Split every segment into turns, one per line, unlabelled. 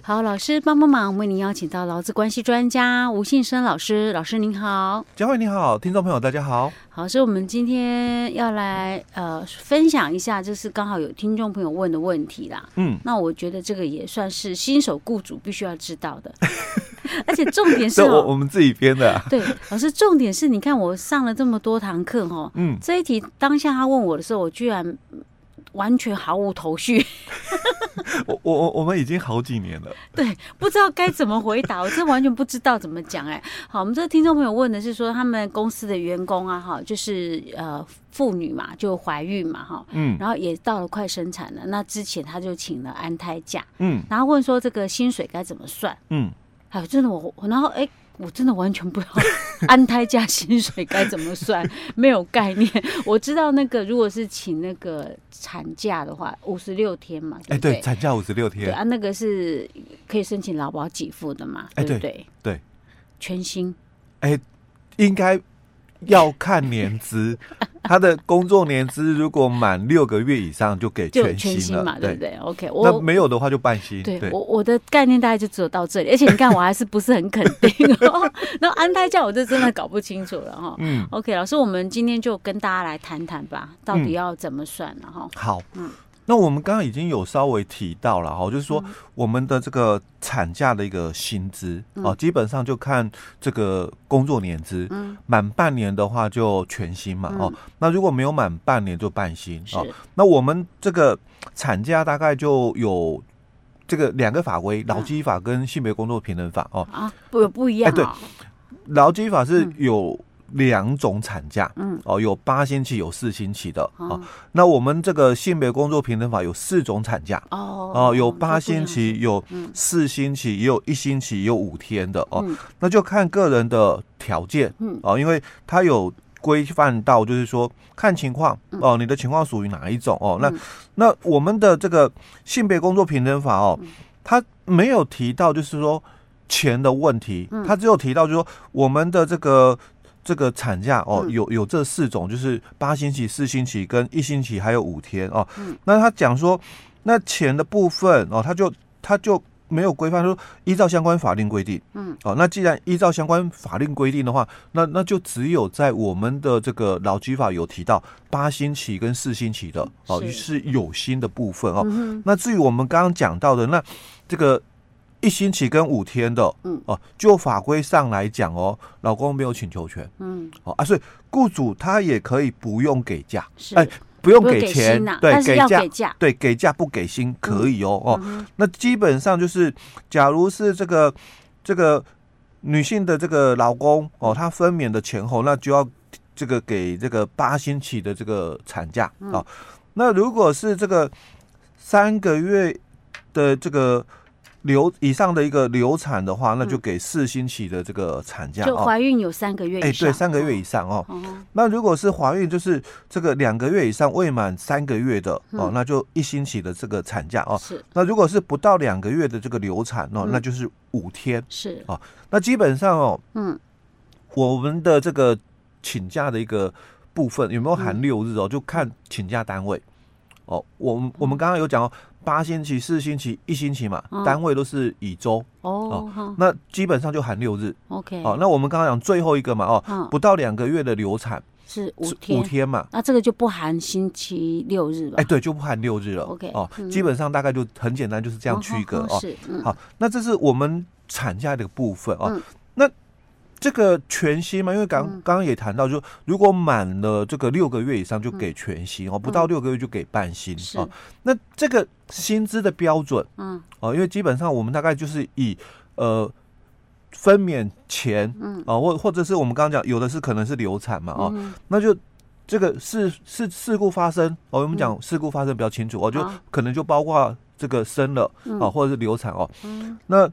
好，老师帮帮忙，为您邀请到劳资关系专家吴信生老师。老师您好，
佳慧你好，听众朋友大家好。
好，所以我们今天要来呃分享一下，就是刚好有听众朋友问的问题啦。
嗯，
那我觉得这个也算是新手雇主必须要知道的， 而且重点是
这我
哦，
我们自己编 的啊、
对，老师重点是，你看我上了这么多堂课哦，
嗯，
这一题当下他问我的时候，我居然嗯完全毫无头绪，
我我我我们已经好几年了。
不知道该怎么回答，我真完全不知道怎么讲哎、好，我们这个听众朋友问的是说，他们公司的员工啊，哈，就是呃妇女嘛，就怀孕嘛，哈，
嗯
然后也到了快生产了，那之前他就请了安胎假，
嗯
然后问说这个薪水该怎么算？
嗯，
哎，真的我，我然后哎、我真的完全不知道安胎假薪水该怎么算， 没有概念。我知道那个如果是请那个产假的话，五十六天嘛，
哎、
对不对？
对，产假五十六
对
天，
啊，那个是可以申请劳保给付的嘛，
哎
对不
对
对？
对，
全薪
应该要看年 资，他的工作年资如果满六个月以上就给
就有
全
全薪
了，
嘛，对不对？OK，
那
我。
没有的话就半薪。
对我我的概念大概就只有到这里，而且你看我还是不是很肯定、 哦， 然后安胎假我就真的搞不清楚了哈、
嗯，
OK，老师，我们今天就跟大家来谈谈吧，到底
嗯
要怎么算了哈、
好，
嗯
那我们刚刚已经有稍微提到了哦哈，就是说我们的这个产假的一个薪资
嗯
哦，基本上就看这个工作年资，
嗯
满半年的话就全薪嘛哦
嗯，
那如果没有满半年就半薪
是
哦。那我们这个产假大概就有这个两个法规，
嗯
劳基法跟性别工作平等法哦。
啊，不不一样、
哎对
哦
劳基法是
嗯
有两种产假，
嗯，
哦，有八星期，有四星期的哦
哦。
那我们这个性别工作平等法有四种产假。
哦
哦，有八
这不一
星
样
期，有
嗯
四星期，也有一星期，也有五天的哦。
嗯
那就看个人的条件
嗯
哦，因为它有规范到，就是说看情况哦，你的情况属于哪一种哦。那
嗯
那我们的这个性别工作平等法哦，
嗯
它没有提到就是说钱的问题
嗯，
它只有提到就是说我们的这个。这个产假哦，
嗯
有有这四种，就是八星期、四星期跟一星期，还有五天哦。
嗯
那他讲说，那钱的部分哦，他就他就没有规范说依照相关法令规定，
嗯，
哦，那既然依照相关法令规定的话，那那就只有在我们的这个劳基法有提到八星期跟四星期的哦，
是
是有薪的部分哦。
嗯哼
那至于我们刚刚讲到的，那这个一星期跟五天的，
嗯
哦，就法规上来讲哦，老公没有请求权
嗯
哦啊，所以雇主他也可以不用给假，
是，
哎
不
不用
会
给钱，
薪呐
对，
但是要
价
给价
对，给价不给薪可以哦、哦。
嗯
那基本上就是，假如是这个这个女性的这个老公
嗯
哦，她分娩的前后，那就要这个给这个八星期的这个产假
嗯
哦。那如果是这个三个月的这个流以上的一个流产的话，那就给四星期的这个产假
嗯就
哦。
怀孕有三个月
哎，
以上，
对，三个月以上哦。
哦，
那如果是怀孕，就是这个两个月以上未满三个月的哦
嗯，
那就一星期的这个产假
哦
哦。
是
那如果是不到两个月的这个流产哦，
嗯
那就是五天。
是
那基本上哦，
嗯
我们的这个请假的一个部分有没有
嗯
含六日哦，就看请假单位。哦，我们我们刚刚有讲哦，八星期、四星期、一星期嘛
嗯，
单位都是以周，
哦哈
那基本上就含六日。
OK
哦，那我们刚刚讲最后一个嘛，哦，
嗯
不到两个月的流产
是五
是
天
五，天嘛，
那这个就不含星期六日吧
哎，？对，就不含六日了。
OK，
哦
嗯，
基本上大概就很简单，就是这样区隔
哦
哦。
是嗯
好，那这是我们产假的部分哦。
嗯
那这个全薪嘛，因为刚
嗯
刚刚也谈到，就如果满了这个六个月以上就给全薪哦，不到六个月就给半薪
嗯是
哦。那这个薪资的标准
嗯
哦，因为基本上我们大概就是以呃分娩前
嗯
哦，或或者是我们刚刚讲，有的是可能是流产嘛哦，
嗯
那就。这个事事事故发生哦，我
嗯
们讲事故发生比较清楚哦，就
好
可能就包括这个生了
啊嗯
哦，或者是流产哦，
嗯
那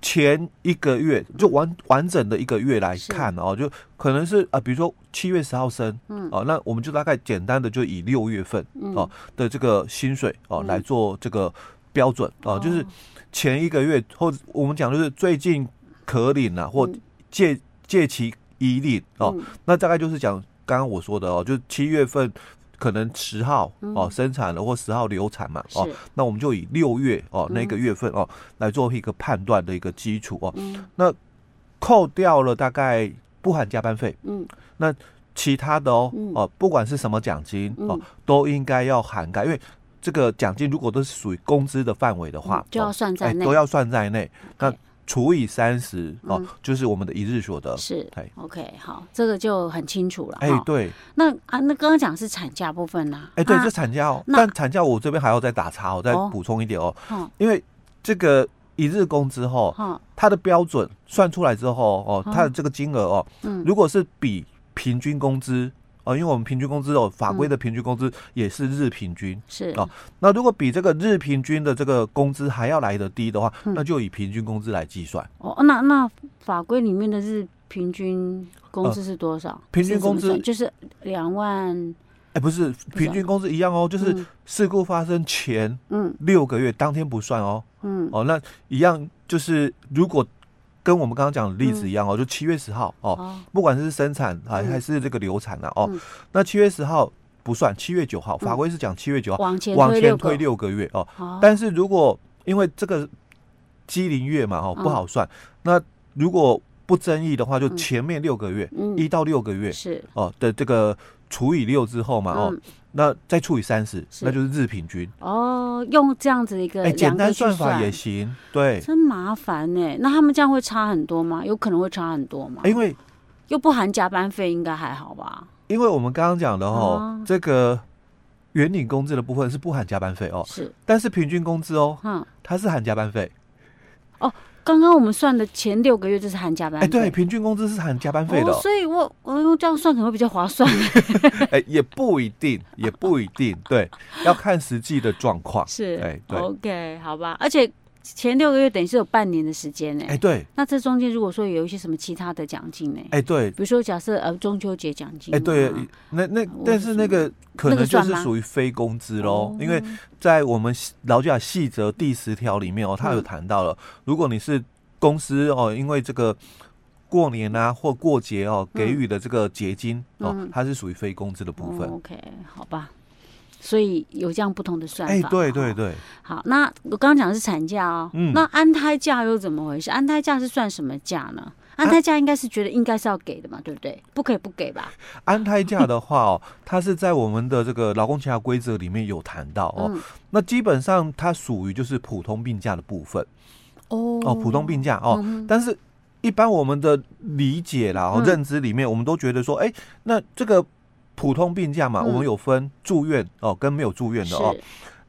前一个月就完完整的一个月来看哦，就可能是啊、比如说七月十号生，
嗯
哦，那我们就大概简单的就以六月份
嗯
哦的这个薪水哦、
嗯
来做这个标准哦，就是前一个月或者我们讲就是最近可领啊，或
嗯
借借其已领哦，
嗯
那大概就是讲刚刚我说的哦，就是七月份可能十号
嗯
哦生产了或十号流产嘛哦，那我们就以六月哦
嗯
那个月份哦来做一个判断的一个基础哦。
嗯
那扣掉了大概不含加班费，
嗯，
那其他的哦哦，不管是什么奖金哦
嗯，
都应该要涵盖，因为这个奖金如果都是属于工资的范围的话
嗯，就
哦
要算在
哎
内
都，要算在内。那
OK
除以三十哦
嗯，
就是我们的一日所得。
是哦
哎
OK，好，这个就很清楚了。
哎
哈，
对，
那啊，那刚刚讲是产假部分啦。
哎对，
啊
这产假哦，
那
但产假我这边还要再打岔哦，再
哦
补充一点哦，
哦
因为这个一日工资哦，
哈，
它的标准算出来之后
哦
哦，它的这个金额哦，
嗯
如果是比平均工资哦，因为我们平均工资哦，法规的
嗯
平均工资也是日平均。
是
哦那如果比这个日平均的这个工资还要来得低的话，
嗯
那就以平均工资来计算。
哦，那那法规里面的日平均工资是多少？
呃平均
是怎么
工资
算就是两万，
哎，不是，
啊
平均工资一样哦，就是
嗯
事故发生前
嗯
六个月当天不算哦。
嗯
哦，那一样就是如果跟我们刚刚讲的例子一样哦，就七月十号哦，
嗯哦
不管是生产啊
嗯
还是这个流产啊哦
嗯，
那七月十号不算，七月九号法规是讲七月九号
往前
往前
六
推
个，
六个月哦，
哦
但是如果因为这个机灵月嘛哦
嗯
不好算，那如果不争议的话，就
嗯
前面六个月
嗯
一到六个月
是
哦的这个除以六之后嘛哦，
嗯
那再除以三十，
是
那就是日平均，
哦，用这样子一个
哎，简
两个
单
去
算
算
法也行，对，
真麻烦呢、那他们这样会差很多吗？有可能会差很多吗？
哎因为。
又不含加班费，应该还好吧？
因为我们刚刚讲的哦
哦，
这个原领工资的部分是不含加班费哦，
是，
但是平均工资哦，
哈、
它是含加班费。
刚刚我们算的前六个月就是含加班
哎、
费，
对，，平均工资是含加班费的、
哦，所以我我用这样算可能会比较划 算。
哎、也不一定，也不一定， 对，要看实际的状况。
是，
哎对
o k 好吧。而且前六个月等于是有半年的时间呢、
哎、对，
那这中间如果说有一些什么其他的奖金呢、
哎、对，
比如说假设呃中秋节奖金
哎、
啊，
对，那那
我
但是那个可能就
算
是
吗
属于非工资喽
哦，
因为在我们劳基法细则第十条里面哦，
嗯
它有谈到了，如果你是公司哦，因为这个过年啊或过节哦
嗯
给予的这个结金哦
嗯，
它是属于非工资的部分
哦。OK，好吧。所以有这样不同的算法。
哎，对对
哦
对，
好，那我刚刚讲的是产假哦，
嗯
那安胎假又怎么回事？安胎假是算什么假呢？安胎假应该是觉得应该是要给的嘛，对不对？不可以不给吧？
安胎假的话哦，它是在我们的这个劳工其他规则里面有谈到哦，
嗯，
那基本上它属于就是普通病假的部分
哦
哦，普通病假哦，
嗯哼
但是一般我们的理解啦，哦
嗯
认知里面，我们都觉得说，哎、那这个普通病假嘛，
嗯
我们有分住院哦跟没有住院的哦
是。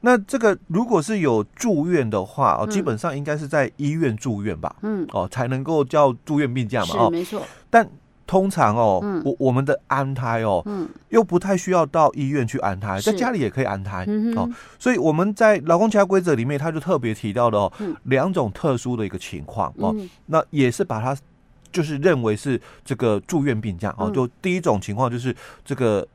那这个如果是有住院的话，哦，
嗯
基本上应该是在医院住院吧，
嗯，
哦，才能够叫住院病假嘛，
是
哦。
没错，
但通常哦，
嗯
我我们的安胎哦，
嗯
又不太需要到医院去安胎，
是
在家里也可以安胎
嗯
哦
哼。
所以我们在劳工其他规则里面，他就特别提到了哦
嗯
两种特殊的一个情况哦，
嗯
那也是把它就是认为是这个住院病假哦。
嗯
就第一种情况就是这个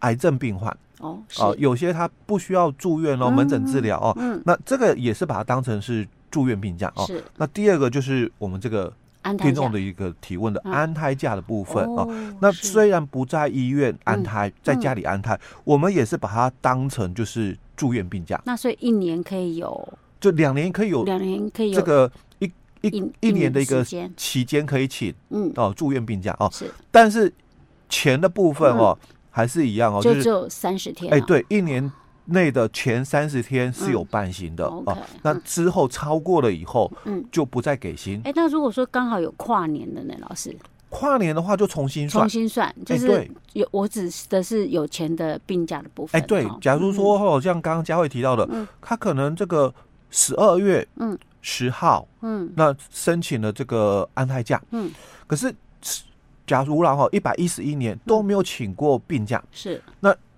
癌症病患
哦是
哦，有些他不需要住院哦，
嗯
门诊治疗哦，
嗯
那这个也是把它当成是住院病假哦。
是
那第二个就是我们这个
安胎
听
假
众的一个提问的
嗯
安胎假的部分哦。
哦
那
是嗯
虽然不在医院安胎，在家里安胎，我们也是把它当成就是住院病假，
那所以一年可以有
就两年可以有
两年可以有
这个一
一
一一年的一个
时间，
期间可以请
嗯
哦，住院病假哦，
是
但是钱的部分哦、还是一样哦，
嗯就
就
只
是
有三十天
哎、
啊，
对，一年内的前三十天是有办薪的、
嗯
哦
OK，
那之后超过了以后
嗯
就不再给薪，
哎那如果说刚好有跨年的呢，老师
跨年的话就重新算
重。新算，就
哎
是
对
有我指的是有钱的病假的部
哎、
分，
对
哦，
假如说哦，像刚刚佳慧提到的，
嗯
他可能这个十二月
嗯
十号
嗯
那申请了这个安胎假，
嗯，
可是假如然后一百一十一年都没有请过病假，
是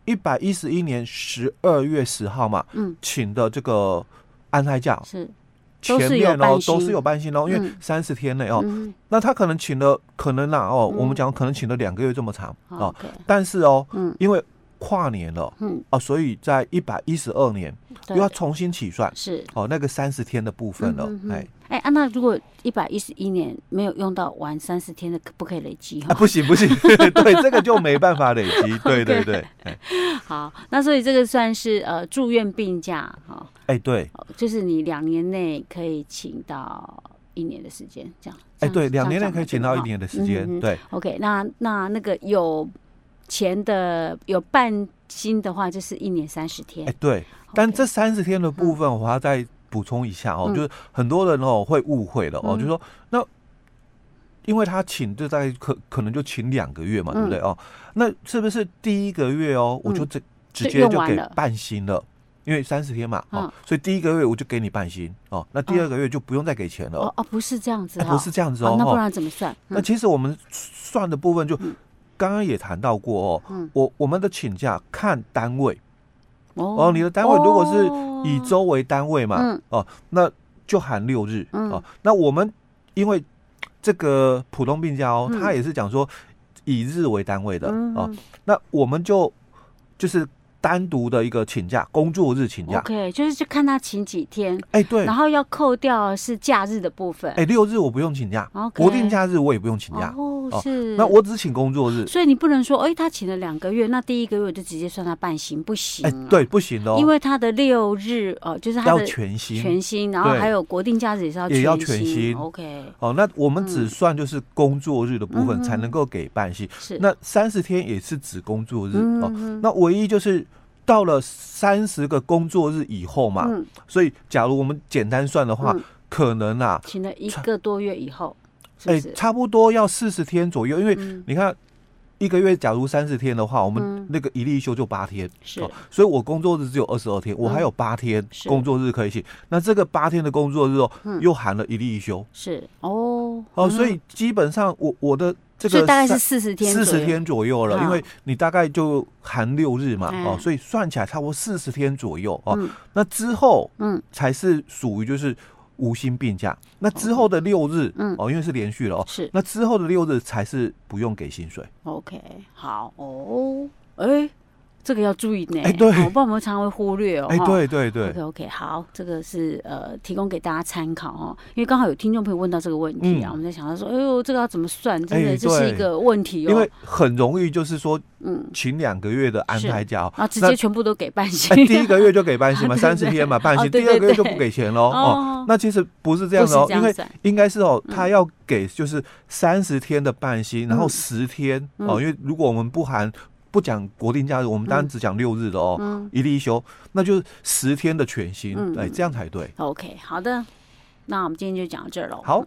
一百一十一年十二月十号嘛，
嗯
请的这个安胎假，
是都
前
是有
面哦
半薪
都是有半薪哦，因为
嗯
三十天内哦，
嗯
那他可能请了可能啦哦，
嗯
我们讲可能请了两个月这么长
好
哦，
，OK
但是哦，
嗯
因为跨年了，
嗯，
哦，所以在一百一十二年又
对
要重新起算，
是。
哦，那个三十天的部分了
嗯，哼
哎，
哎、啊，那如果一百一十一年没有用到完三十天的，可不可以累积哦
啊，
哈？
不行不 行，对，这个就没办法累积，对 对对，哎
好，那所以这个算是呃住院病假哈、
哎对，
哦就是你两年内可以请到一年的时间，这样。
哎
这样
对，
这样
两年
嗯
内
讲
可以
嘛
请到一。年的
嗯
时
哼
间，对，
对不对 OK，那那那个有钱的有半薪的话，就是一年三十天。
哎对，但
OK
这三十天的部分我要再补充一下哦，
嗯
就是很多人哦会误会了哦，
嗯
就说那。因为他请就大概可可能就请两个月嘛，对不对哦？那是不是第一个月哦，我就
嗯
直直
就
接
用
就
完
给
了
半薪了，因为三十天嘛，哦
嗯，
所以第一个月我就给你半薪哦，那第二个月就不用再给钱了
哦，哦，不是这样子
哎
哈、
不是这样子哦
哦，那不
哦
然怎么算？
那其实我们算的部分就刚刚也谈到过哦，
嗯
我我们的请假看单位
哦
哦，你的单位如果是以
周
周为单位嘛，
哦嗯
哦，那就含六日、
嗯
哦。那我们因为这个普通病假哦，
嗯
它也是讲说以日为单位的、哦，
嗯
那我们就就是单独的一个请假，工作日请假。
OK，就是就看他请几天，
哎、对，
然
哎、
后要扣掉是假日的部分。
六日我不用请假，
OK
国定假日我也不用请假，
哦
哦，
是。
那我只请工作日。
所以你不能说，哎、他请了两个月，那第一个月我就直接算他半薪，不行、
哎、对，，不行的哦，
啊因为他的六日哦、呃就是他
要
的
全薪。
全薪，然后
对
还有国定假日也是要
也要
全
全薪
OK，
哦，那我们只算就是工作日的部分
嗯
才能够给半薪，
是。
那三十天也是指工作日、
嗯
哦。
嗯
那唯一就是到了三十个工作日以后嘛，
嗯，
所以假如我们简单算的话，
嗯
可能啊，
请了一个多月以后，是
哎、
不是？
差不多要四十天左右，因为
嗯，
你看。一个月假如三十天的话，我
嗯
们那个一例休就八天、
是嗯
哦，所以我工作日只有二十二天，我还有八天
是
工作日可以请。那这个八天的工作日哦，又含了一例一休
是哦
哦，所
嗯
以基本上我我的这
所
个
以大概
三
是四十天，
四十，天左右了，
嗯
因为你大概就含六日嘛，
嗯
哦，所以算起来差不多四十天左右哦。
嗯
那之后
嗯，哦
才是属于就是无薪病假，那之后的六日，
嗯
哦，因为是连续了哦，
是
那之后的六日才是不用给薪水。
OK，好哦，哎、这个要注意呢，
哎对
哦不然我们常常会忽略哦，
哎，
哈
对对对
OK，OK，好，这个是呃提供给大家参考哦，因为刚好有听众朋友问到这个问题啊，
嗯
我们在想到说，哎呦，这个要怎么算？真的
哎
这是一
对
个问题哦，
因为很容易就是说
嗯，
请两个月的安排假哦，
然后直
那
接全部都给半薪
哎，，第一个月就给半薪嘛，
对
三
对
十天嘛，半薪，
哦对
第二个
对
月就
对
不给钱喽哦。
哦，
那其实不是这
不
样
是
的哦，
这
因为
样算，
应该是哦，
嗯
他要给就是三十天的半薪，然后十天
嗯
哦，因为如果我们不含不讲国定假日，我们当然只讲六日的哦，
嗯
一例一休，那就是十天的全薪
嗯，
哎，
嗯
这样才对。
，OK，好的，那我们今天就讲到这儿喽，
好，